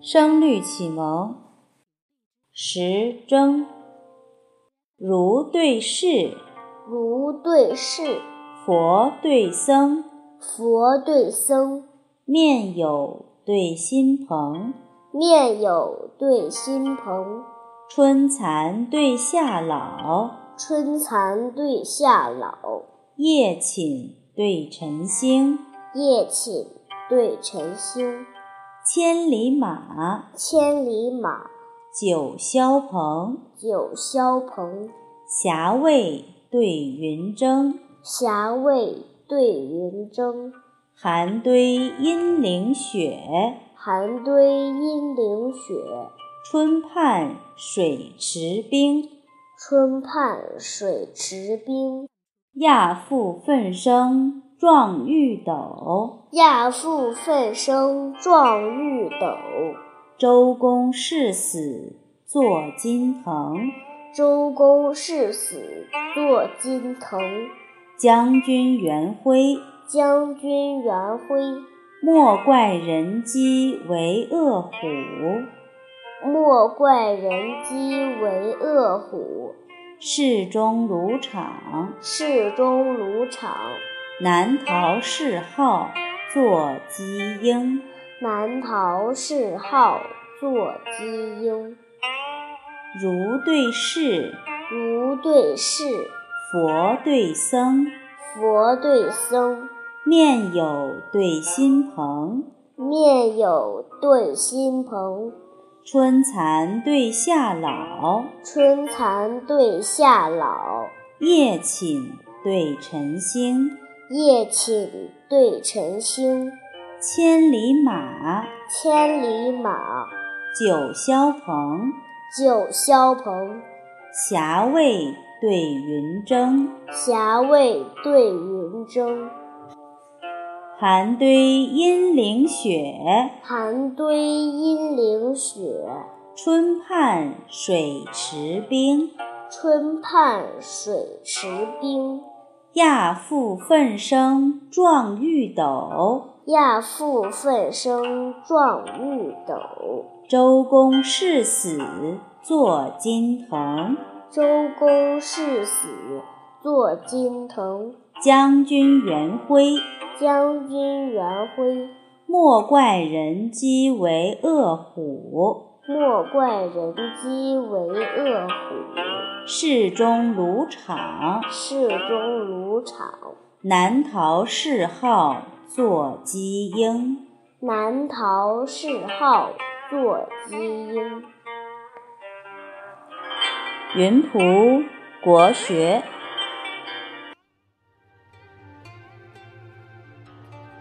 声律启蒙，时征，儒对释，儒对释，佛对僧，佛对僧，面有对心朋，面有对心朋，春蚕对夏老，春蚕对夏老，夜寝对晨星，夜寝对晨星，千里马，千里马，九霄鹏，九霄鹏，霞蔚对云蒸，霞蔚对云蒸，寒堆阴岭雪，寒堆阴岭雪，春畔水池冰。春畔水池冰。亚父奋生壮玉斗，亚父奋生壮玉斗，周公誓死作金藤。周公誓死作金藤。将军元徽，将军元徽，莫怪人饥为饿虎。莫怪人饥为饿虎。市中卢场，市中卢场，南逃谥号作鸡鹰。南逃谥号作鸡鹰。儒对释，儒对释，佛对僧，佛对僧，面有对心朋，面有对心朋。春蚕对夏老，春蚕对夏老，夜寝对晨星，夜寝对晨星，千里马，千里马，九霄鹏，九霄鹏，霞蔚对云蒸，霞蔚对云蒸，寒堆阴岭雪，寒堆阴岭雪，春畔水池冰。春畔水池冰。亚父奋生壮玉斗，亚父奋生壮玉斗，周公誓死作金藤。周公誓死作金藤。将军元徽，将军元徽，莫怪人饥为饿虎。莫怪人饥为饿虎。市中卢场，市中卢场，南逃谥号作鸡鹰。南逃谥号作鸡鹰。云仆国学。